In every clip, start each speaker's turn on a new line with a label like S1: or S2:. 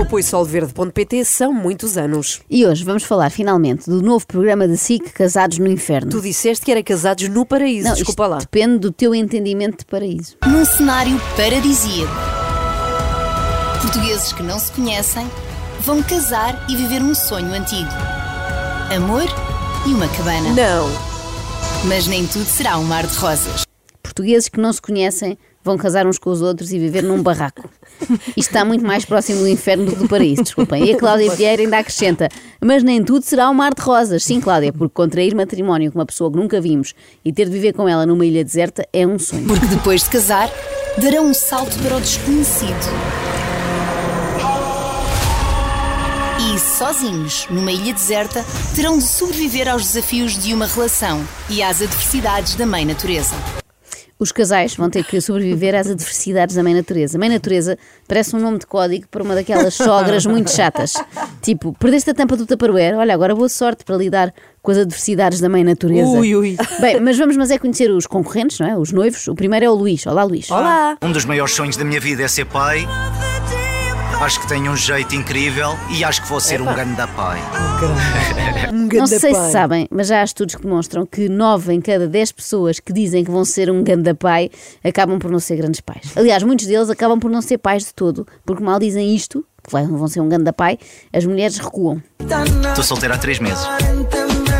S1: apoio solverde.pt são muitos anos.
S2: E hoje vamos falar finalmente do novo programa da SIC Casados no Inferno.
S1: Tu disseste que era casados no paraíso,
S2: Não,
S1: desculpa
S2: isto
S1: lá.
S2: Depende do teu entendimento de paraíso.
S3: Num cenário paradisíaco, portugueses que não se conhecem vão casar e viver um sonho antigo: amor e uma cabana.
S1: Não,
S3: Mas nem tudo será um mar de rosas.
S2: Portugueses que não se conhecem vão casar uns com os outros e viver num barraco. Isto está muito mais próximo do inferno do que do paraíso, desculpem. E a Cláudia Vieira ainda acrescenta. Mas nem tudo será um mar de rosas. Sim, Cláudia, porque contrair matrimónio com uma pessoa que nunca vimos e ter de viver com ela numa ilha deserta é um sonho.
S3: Porque depois de casar, darão um salto para o desconhecido. E sozinhos, numa ilha deserta, terão de sobreviver aos desafios de uma relação e às adversidades da mãe natureza.
S2: Os casais vão ter que sobreviver às adversidades da Mãe Natureza. Mãe Natureza parece um nome de código para uma daquelas sogras muito chatas. Tipo, perdeste a tampa do Tupperware, olha, agora boa sorte para lidar com as adversidades da Mãe Natureza.
S1: Ui, ui.
S2: Bem, mas vamos mas é conhecer os concorrentes, não é? Os noivos. O primeiro é o Luís. Olá, Luís.
S1: olá.
S4: Um dos maiores sonhos da minha vida é ser pai. Acho que tenho um jeito incrível e acho que vou ser um grande pai.
S1: Um
S2: Não
S1: ganda
S2: sei
S1: pai.
S2: se sabem, mas já há estudos que demonstram que 9 em cada 10 pessoas que dizem que vão ser um ganda pai acabam por não ser grandes pais. Aliás, muitos deles acabam por não ser pais de todo, porque mal dizem isto, que vai- vão ser um ganda pai, as mulheres recuam.
S4: Estou solteiro há três meses.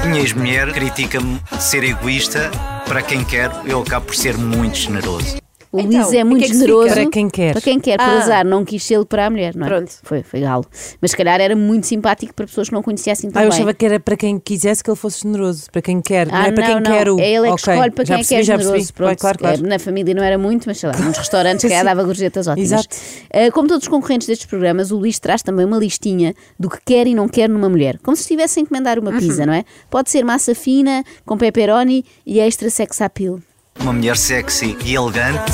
S4: Minha ex-mulher critica-me de ser egoísta. Para quem quero, eu acabo por ser muito generoso.
S2: O
S1: Então,
S2: Luís é
S1: em
S2: muito
S1: que é que se
S2: generoso.
S1: fica?
S5: Para quem quer.
S2: Para quem quer, por
S1: Ah.
S2: azar, não quis ser para a mulher, não é?
S1: Pronto.
S2: Foi, foi galo. Mas se calhar era muito simpático para pessoas que não conhecessem tão
S5: Ah, eu
S2: bem.
S5: achava que era para quem quisesse que ele fosse generoso, para quem quer, não
S2: Ah,
S5: é para
S2: não,
S5: quem
S2: não.
S5: quer o.
S2: É ele é que
S5: Ok,
S2: escolhe para
S5: já
S2: quem é que é
S5: percebi, já
S2: generoso.
S5: percebi.
S2: Pronto,
S5: Vai, claro, claro.
S2: eh, Na família não era muito, mas sei lá, nos restaurantes, se calhar
S5: Sim.
S2: dava gorjetas ótimas.
S5: Exato.
S2: Eh, como todos os concorrentes destes programas, o Luís traz também uma listinha do que quer e não quer numa mulher. Como se estivesse a encomendar uma
S1: Uhum.
S2: pizza, não é? Pode ser massa fina, com pepperoni e extra sex appeal.
S4: Uma mulher sexy e elegante.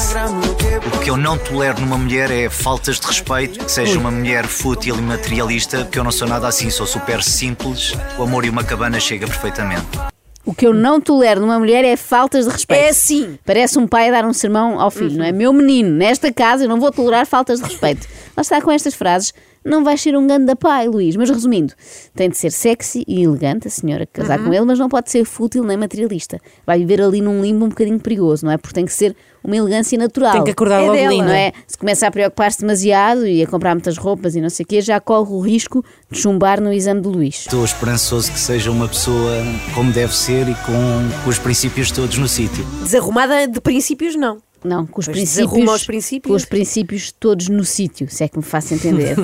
S4: O que eu não tolero numa mulher é faltas de respeito, que seja uma mulher fútil e materialista, porque eu não sou nada assim, sou super simples. O amor e uma cabana chega perfeitamente.
S2: O que eu não tolero numa mulher é faltas de respeito.
S1: É
S5: assim.
S1: sim.
S2: Parece um pai a dar um sermão ao filho, não
S5: Uhum.
S2: é? Meu menino, nesta casa eu não vou tolerar faltas de respeito. Lá está com estas frases. Não vais ser um ganda pai, Luís. Mas resumindo, tem de ser sexy e elegante a senhora que casar
S5: Uhum.
S2: com ele, mas não pode ser fútil nem materialista. Vai viver ali num limbo um bocadinho perigoso, não é? Porque tem que ser uma elegância natural.
S5: Tem que acordar
S2: é
S5: logo
S2: dela,
S5: linda.
S2: Não é? Se começa a preocupar-se demasiado e a comprar muitas roupas e não sei o quê, já corre o risco de chumbar no exame do Luís.
S4: Estou esperançoso que seja uma pessoa como deve ser e com, com os princípios todos no sítio.
S1: Desarrumada de princípios, não.
S2: Não, com os
S1: Pois
S2: princípios,
S1: desarruma os princípios.
S2: Com os princípios todos no sítio, se é que me faço entender.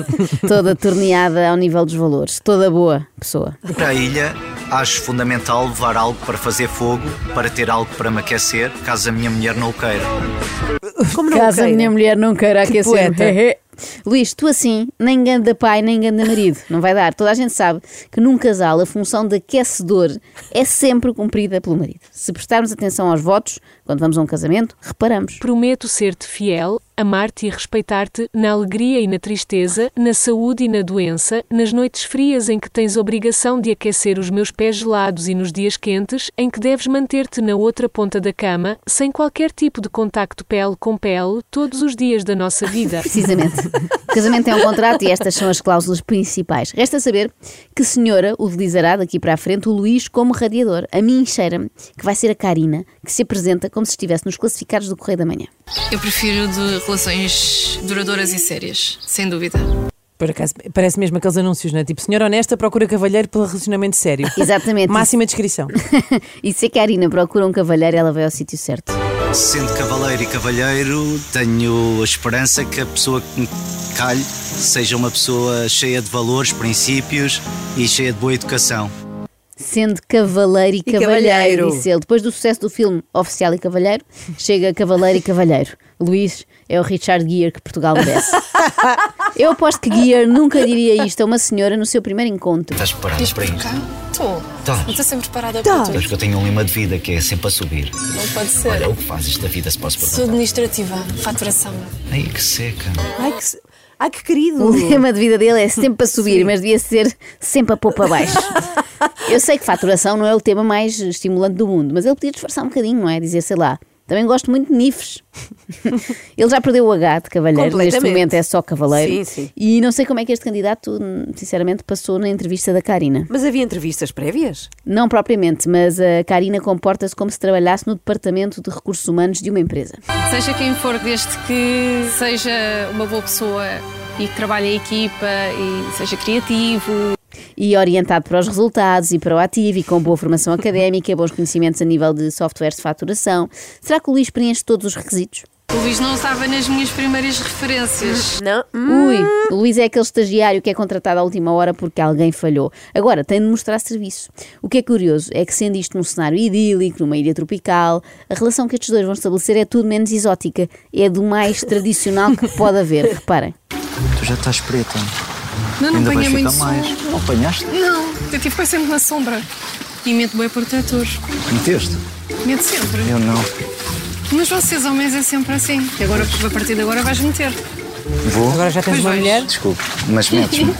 S2: toda torneada ao nível dos valores, toda boa pessoa.
S4: Para a ilha, acho fundamental levar algo para fazer fogo, para ter algo para me aquecer, caso a minha mulher não o queira.
S1: Como não
S2: Caso a
S1: queira.
S2: minha mulher não queira aquecer.
S5: poeta.
S2: Luís, tu assim, nem ganda pai, nem ganda marido, não vai dar. Toda a gente sabe que num casal a função de aquecedor é sempre cumprida pelo marido. Se prestarmos atenção aos votos, quando vamos a um casamento, reparamos.
S6: Prometo ser-te fiel, amar-te e respeitar-te na alegria e na tristeza, na saúde e na doença, nas noites frias em que tens obrigação de aquecer os meus pés gelados e nos dias quentes em que deves manter-te na outra ponta da cama, sem qualquer tipo de contacto pele com pele, todos os dias da nossa vida.
S2: Precisamente. O casamento é um contrato e estas são as cláusulas principais. Resta saber que senhora utilizará daqui para a frente o Luís como radiador. A mim cheira-me que vai ser a Karina que se apresenta como se estivesse nos classificados do Correio da Manhã.
S7: Eu prefiro de relações duradouras e sérias, sem dúvida.
S5: Por acaso, parece mesmo aqueles anúncios, não é? Tipo, senhora honesta procura cavalheiro pelo relacionamento sério.
S2: Exatamente.
S5: Máxima descrição.
S2: E se a Karina procura um cavalheiro, ela vai ao sítio certo.
S4: Sendo cavaleiro e cavalheiro, tenho a esperança que a pessoa que me calhe seja uma pessoa cheia de valores, princípios e cheia de boa educação.
S2: Sendo cavaleiro e, cavalheiro,
S1: cavalheiro.
S2: disse ele. Depois do sucesso do filme Oficial e Cavalheiro, chega Cavaleiro e Cavalheiro. Luís é o Richard Gere que Portugal merece. Eu aposto que Gere nunca diria isto a uma senhora no seu primeiro encontro.
S4: Estás preparado para isso?
S7: Estou.
S4: Estás.
S7: Estou sempre parada para tudo.
S4: Acho que eu tenho um lima de vida que é sempre a subir.
S7: Não pode ser.
S4: o que fazes da vida se posso
S7: Sou administrativa, faturação.
S4: Ai, que seca.
S1: Ai, que, se- ai, que querido.
S2: O lema de vida dele é sempre a subir, mas devia ser sempre a pôr para baixo. Eu sei que faturação não é o tema mais estimulante do mundo, mas ele podia disfarçar um bocadinho, não é? Dizer, sei lá, Também gosto muito de nifes. Ele já perdeu o H de cavalheiro, neste
S1: Completamente.
S2: momento é só cavaleiro.
S1: Sim, sim.
S2: E não sei como é que este candidato, sinceramente, passou na entrevista da Karina.
S1: Mas havia entrevistas prévias?
S2: Não propriamente, mas a Karina comporta-se como se trabalhasse no departamento de recursos humanos de uma empresa.
S7: Seja quem for, desde que seja uma boa pessoa e que trabalhe em equipa e seja criativo.
S2: E orientado para os resultados e proativo e com boa formação académica, bons conhecimentos a nível de softwares de faturação. Será que o Luís preenche todos os requisitos?
S7: O Luís não estava nas minhas primeiras referências.
S1: Não. Hum.
S2: Ui, o Luís é aquele estagiário que é contratado à última hora porque alguém falhou. Agora, tem de mostrar serviço. O que é curioso é que, sendo isto num cenário idílico, numa ilha tropical, a relação que estes dois vão estabelecer é tudo menos exótica. É do mais tradicional que pode haver, reparem.
S4: Tu já estás preta.
S7: Não, não
S4: Ainda vais
S7: apanhei
S4: ficar
S7: muito
S4: mais.
S7: sol.
S4: Não apanhaste?
S7: Não, eu tive quase sempre na sombra. E meto bem protetor.
S4: Meteste?
S7: Meto sempre.
S4: Eu não.
S7: Mas vocês, homens, é sempre assim. E agora, a partir de agora, vais meter.
S4: Vou.
S5: Agora já tens
S7: Pois
S5: uma
S7: vais.
S5: mulher?
S4: Desculpe, mas metes-me.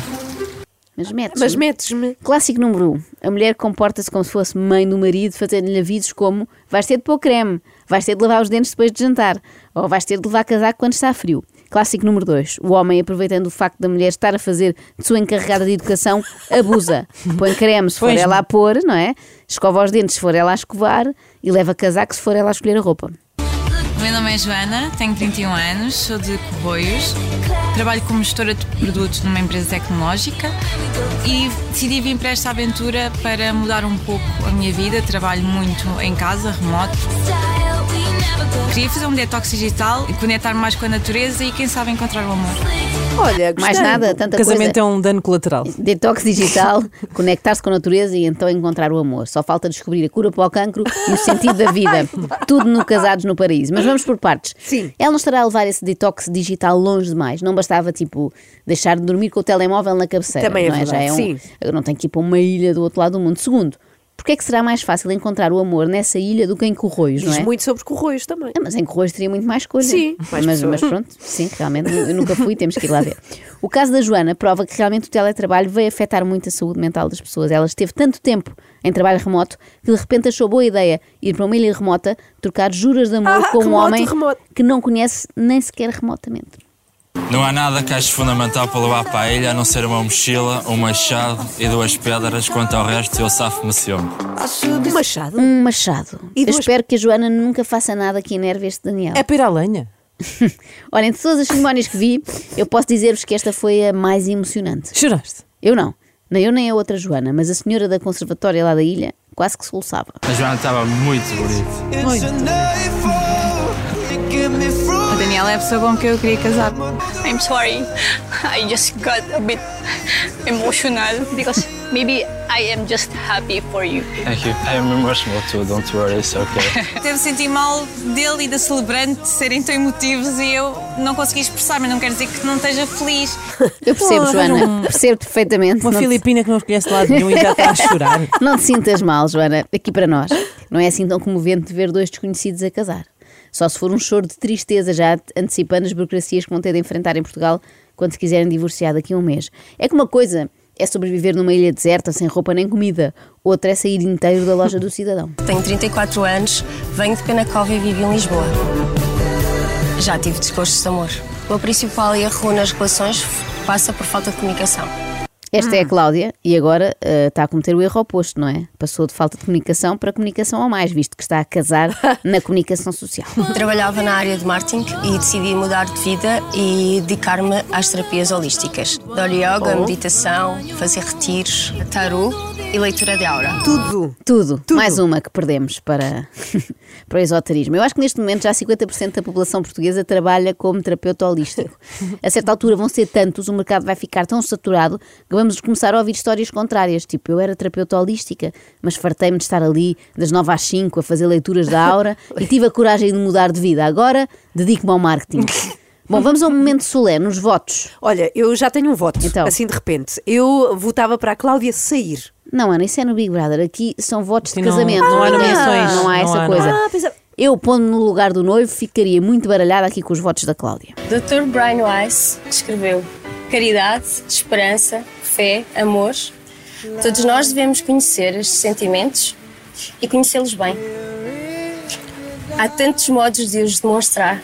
S2: Mas metes.
S1: Ah, Mas metes-me.
S2: Clássico número 1. Um, a mulher comporta-se como se fosse mãe do marido, fazendo-lhe avisos como vais ter de pôr creme, vais ter de lavar os dentes depois de jantar, ou vais ter de levar casaco quando está frio. Clássico número 2. O homem, aproveitando o facto da mulher estar a fazer de sua encarregada de educação, abusa. Põe creme se for
S5: Pois.
S2: ela a pôr, não é? Escova os dentes se for ela a escovar e leva casaco se for ela a escolher a roupa.
S8: O Meu nome é Joana, tenho 31 anos, sou de Corroios, trabalho como gestora de produtos numa empresa tecnológica e decidi vir para esta aventura para mudar um pouco a minha vida. Trabalho muito em casa, remoto. Queria fazer um detox digital e conectar mais com a natureza e, quem sabe, encontrar o amor.
S1: Olha,
S2: Mais
S1: gostei.
S2: nada, tanta
S5: O casamento
S2: coisa.
S5: é um dano colateral.
S2: Detox digital, conectar-se com a natureza e então encontrar o amor. Só falta descobrir a cura para o cancro e o sentido da vida. Tudo no Casados no Paraíso. Mas vamos por partes.
S1: Sim.
S2: Ela não estará a levar esse detox digital longe demais. Não bastava, tipo, deixar de dormir com o telemóvel na cabeceira.
S1: Também é
S2: não Já
S1: verdade,
S2: um-
S1: sim.
S2: Eu não tenho que ir para uma ilha do outro lado do mundo. Segundo, porque é que será mais fácil encontrar o amor nessa ilha do que em Corroios, não
S1: Diz
S2: é?
S1: muito sobre Corroios também.
S2: Ah, mas em Corroios teria muito mais escolha.
S1: Sim, mais
S2: mas, mas
S1: pessoas.
S2: pronto, sim, realmente, eu nunca fui, temos que ir lá ver. O caso da Joana prova que realmente o teletrabalho veio afetar muito a saúde mental das pessoas. Ela esteve tanto tempo em trabalho remoto que de repente achou boa ideia ir para uma ilha remota trocar juras de amor
S1: Ah,
S2: com um
S1: remoto,
S2: homem
S1: remoto.
S2: que não conhece nem sequer remotamente.
S9: Não há nada que ache fundamental para levar para a ilha a não ser uma mochila, um machado e duas pedras. Quanto ao resto, eu safo-me sempre.
S1: Um machado.
S2: Um machado.
S1: E
S2: eu
S1: duas-
S2: espero que a Joana nunca faça nada que enerve este Daniel.
S5: É para ir à lenha.
S2: Olha, entre todas as cerimónias que vi, eu posso dizer-vos que esta foi a mais emocionante.
S5: Choraste.
S2: Eu não. Nem eu nem a outra Joana, mas a senhora da conservatória lá da ilha quase que soluçava.
S9: A Joana estava muito bonita.
S8: A Daniela é a pessoa com quem eu queria casar.
S10: I'm sorry. I just got a bit emotional because maybe I am just happy for you.
S9: Thank you. I'm emotional too, don't worry, it's okay.
S8: Devo sentir mal dele e da celebrante serem tão emotivos e eu não consegui expressar, mas não quer dizer que não esteja feliz.
S2: Eu percebo,
S5: Oh,
S2: Joana, percebo perfeitamente.
S5: Uma
S2: não, te-
S5: filipina que não conhece de lado nenhum e já está a chorar.
S2: não te sintas mal, Joana, aqui para nós. Não é assim tão comovente ver dois desconhecidos a casar. Só se for um choro de tristeza, já antecipando as burocracias que vão ter de enfrentar em Portugal quando se quiserem divorciar daqui a um mês. É que uma coisa é sobreviver numa ilha deserta, sem roupa nem comida, outra é sair inteiro da loja do cidadão.
S11: Tenho 34 anos, venho de Penacova e vivo em Lisboa. Já tive desgostos de amor. O meu principal erro nas relações passa por falta de comunicação.
S2: Esta é a Cláudia e agora ah, está a cometer o erro oposto, não é? Passou de falta de comunicação para comunicação a mais, visto que está a casar na comunicação social.
S11: Trabalhava na área de marketing e decidi mudar de vida e dedicar-me às terapias holísticas. Dou
S12: Oh.
S11: yoga, meditação, fazer retiros, tarô e leitura de aura.
S1: Tudo.
S2: Tudo. Mais uma que perdemos para, para o esoterismo. Eu acho que neste momento já 50% da população portuguesa trabalha como terapeuta holístico. A certa altura vão ser tantos, o mercado vai ficar tão saturado que vamos começar a ouvir histórias contrárias. Tipo, eu era terapeuta holística, mas fartei-me de estar ali das 9 às 5 a fazer leituras da aura e tive a coragem de mudar de vida. Agora dedico-me ao marketing. Bom, vamos a um momento solene, os votos.
S1: Olha, eu já tenho um voto,
S2: Então.
S1: assim de repente. Eu votava para a Cláudia sair.
S2: Não, Ana, isso é no Big Brother. Aqui são votos
S5: Aqui
S2: de
S5: não-
S2: casamento.
S5: não há
S2: Ninguém-
S5: nomeações.
S2: Não há
S5: Não
S2: essa
S5: há, não
S2: coisa.
S1: há. Ah, pensava-
S2: Eu, pondo no lugar do noivo, ficaria muito baralhada aqui com os votos da Cláudia.
S11: Dr. Brian Weiss escreveu: Caridade, esperança, fé, amor. Todos nós devemos conhecer estes sentimentos e conhecê-los bem. Há tantos modos de os demonstrar.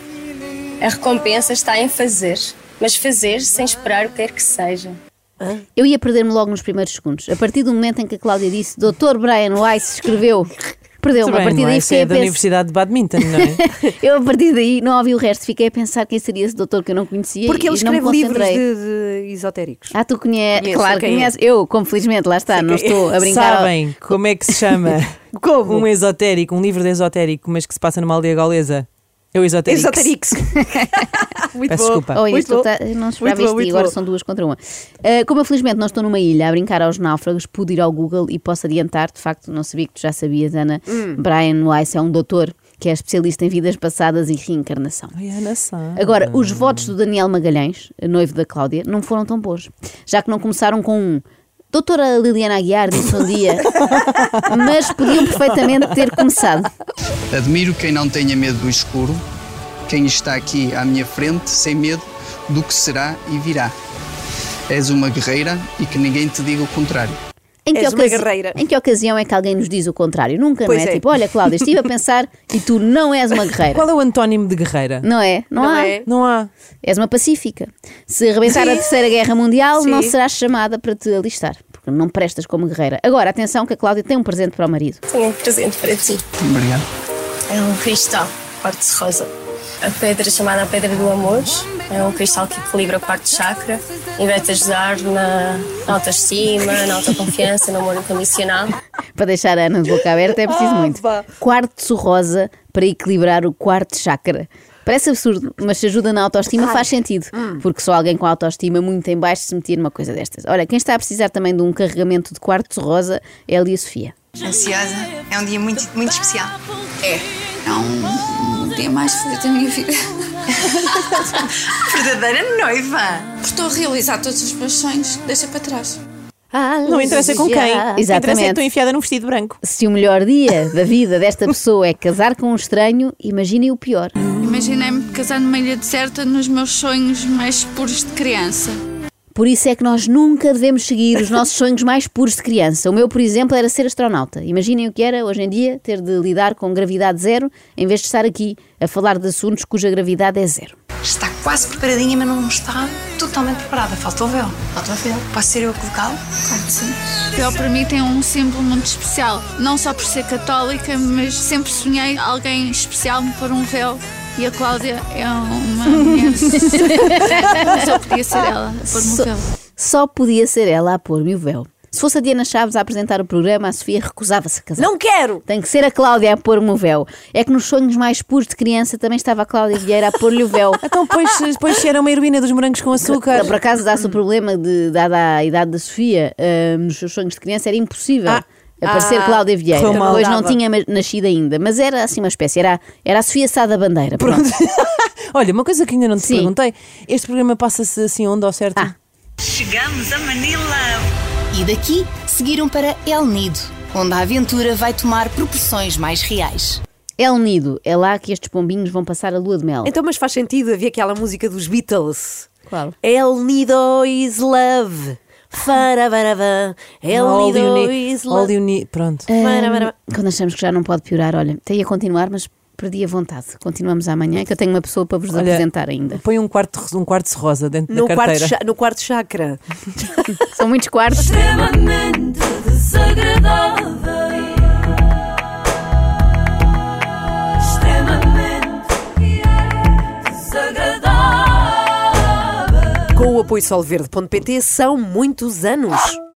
S11: A recompensa está em fazer, mas fazer sem esperar o que quer que seja.
S2: Eu ia perder-me logo nos primeiros segundos. A partir do momento em que a Cláudia disse Dr. Brian Weiss escreveu, perdeu-me. A
S5: Muito bem,
S2: partir
S5: não é?
S2: daí
S5: Isso é
S2: fiquei a
S5: da
S2: pensar.
S5: Universidade de Badminton, não é?
S2: Eu a partir daí não ouvi o resto, fiquei a pensar quem seria esse doutor que eu não conhecia.
S1: Porque
S2: e
S1: ele
S2: não me
S1: escreve livros
S2: concentrei.
S1: de, de esotéricos.
S2: Ah, tu conheces,
S1: Conheço,
S2: claro,
S1: quem é.
S2: conheces. Eu, como felizmente, lá está, Ah, não estou a brincar.
S5: Sabem como é que se chama?
S2: Como?
S5: Um esotérico, um livro de esotérico, mas que se passa numa aldeia gaulesa. É o esotérico.
S1: Exoterix. muito
S5: Peço
S1: bom.
S5: desculpa.
S2: Oh,
S1: Muito
S2: Inês, tu
S1: bom.
S2: tá- eu não esperava
S1: Muito bom,
S2: isto e
S1: muito
S2: agora
S1: bom.
S2: são duas contra uma. Ah, como eu felizmente não estou numa ilha a brincar aos náufragos, pude ir ao Google e posso adiantar, de facto, não sabia que tu já sabias, Ana.
S1: Hum.
S2: Brian Weiss é um doutor que é especialista em vidas passadas e reencarnação.
S5: Ai, Ana Sá.
S2: Agora, os votos do Daniel Magalhães, noivo da Cláudia, não foram tão bons. Já que não começaram com um. Doutora Liliana Aguiar disse um dia, mas podiam perfeitamente ter começado.
S13: Admiro quem não tenha medo do escuro, quem está aqui à minha frente sem medo do que será e virá. És uma guerreira e que ninguém te diga o contrário.
S2: Em que,
S1: És uma
S2: ocasi-
S1: guerreira.
S2: em que ocasião é que alguém nos diz o contrário? Nunca,
S1: Pois
S2: não é?
S1: é.
S2: Tipo, olha, Cláudia, estive a pensar e tu não és uma guerreira.
S5: Qual é o antónimo de guerreira?
S2: Não é? Não,
S1: Não
S2: há.
S1: é?
S5: Não há.
S2: És uma pacífica. Se arrebentar a
S1: Sim.
S2: Terceira Guerra Mundial,
S1: Sim.
S2: não serás chamada para te alistar, porque não prestas como guerreira. Agora, atenção que a Cláudia tem um presente para o marido.
S11: Tenho um presente para ti.
S13: Obrigado.
S11: É um cristal, parte rosa. A pedra chamada a Pedra do Amor é um cristal que equilibra a parte do chakra e vai-te ajudar na na autoestima, na autoconfiança, no amor incondicional.
S2: Para deixar a Ana de boca aberta é preciso muito. Quartzo rosa para equilibrar o quarto chakra. Parece absurdo, mas se ajuda na autoestima faz sentido, porque só alguém com autoestima muito em baixo se metia numa coisa destas. Olha, quem está a precisar também de um carregamento de quartzo rosa é a Lia Sofia.
S12: Ansiosa. É um dia muito, muito especial. É. É um, um dia mais feliz da minha vida. Verdadeira noiva. Estou a realizar todos os meus sonhos que deixa para trás.
S5: Não interessa com quem. O que Interessa é que
S2: Exatamente.
S5: estou enfiada num vestido branco.
S2: Se o melhor dia da vida desta pessoa é casar com um estranho, imaginem o pior.
S12: Imaginei-me casar numa ilha deserta nos meus sonhos mais puros de criança.
S2: Por isso é que nós nunca devemos seguir os nossos sonhos mais puros de criança. O meu, por exemplo, era ser astronauta. Imaginem o que era hoje em dia ter de lidar com gravidade zero em vez de estar aqui a falar de assuntos cuja gravidade é zero.
S12: Está quase preparadinha, mas não está totalmente preparada. Falta o véu. Falta o véu. Posso ser eu a colocá-lo? Claro que sim. O véu para mim tem um símbolo muito especial. Não só por ser católica, mas sempre sonhei alguém especial me pôr um véu. E a Cláudia é uma mulher. só podia ser ela a pôr-me
S2: Só-
S12: um véu.
S2: Só podia ser ela a pôr-me o véu. Se fosse a Diana Chaves a apresentar o programa, a Sofia recusava-se a casar.
S1: Não quero!
S2: Tem que ser a Cláudia a pôr-me o véu. É que nos sonhos mais puros de criança também estava a Cláudia Vieira a pôr-lhe o véu.
S5: Então, pois, pois era uma heroína dos morangos com açúcar.
S2: Por acaso dá-se o problema de, dada a idade da Sofia, ah, nos seus sonhos de criança era impossível. Aparecer
S1: Ah.
S2: Cláudia Vieira,
S5: Correu mal.
S2: depois não
S1: Dava.
S2: tinha ma- nascido ainda, mas era assim uma espécie, era, era a Sofia Sá da Bandeira. Pronto.
S5: Olha, uma coisa que ainda não te
S2: Sim.
S5: perguntei: este programa passa-se assim onde ao certo?
S2: Ah.
S3: Chegamos a Manila. E daqui seguiram para El Nido, onde a aventura vai tomar proporções mais reais.
S2: El Nido, é lá que estes pombinhos vão passar a lua de mel.
S1: Então, mas faz sentido havia aquela música dos Beatles.
S2: Claro.
S1: El Nido is love. Farabaravan. El
S5: All you
S1: Nido
S5: need-
S1: is
S5: all
S1: love.
S5: you need- Pronto.
S1: Farabara-
S2: Hum, Quando achamos que já não pode piorar, olha, até ia continuar, mas perdi a vontade. Continuamos amanhã, que eu tenho uma pessoa para vos
S5: Olha,
S2: apresentar ainda.
S5: Põe um quarto, um quarto rosa dentro
S1: No
S5: da
S1: quarto,
S5: carteira.
S1: cha- no quarto chakra.
S2: São muitos quartos.
S14: extremamente desagradável, extremamente desagradável.
S1: Com o apoio solverde.pt são muitos anos.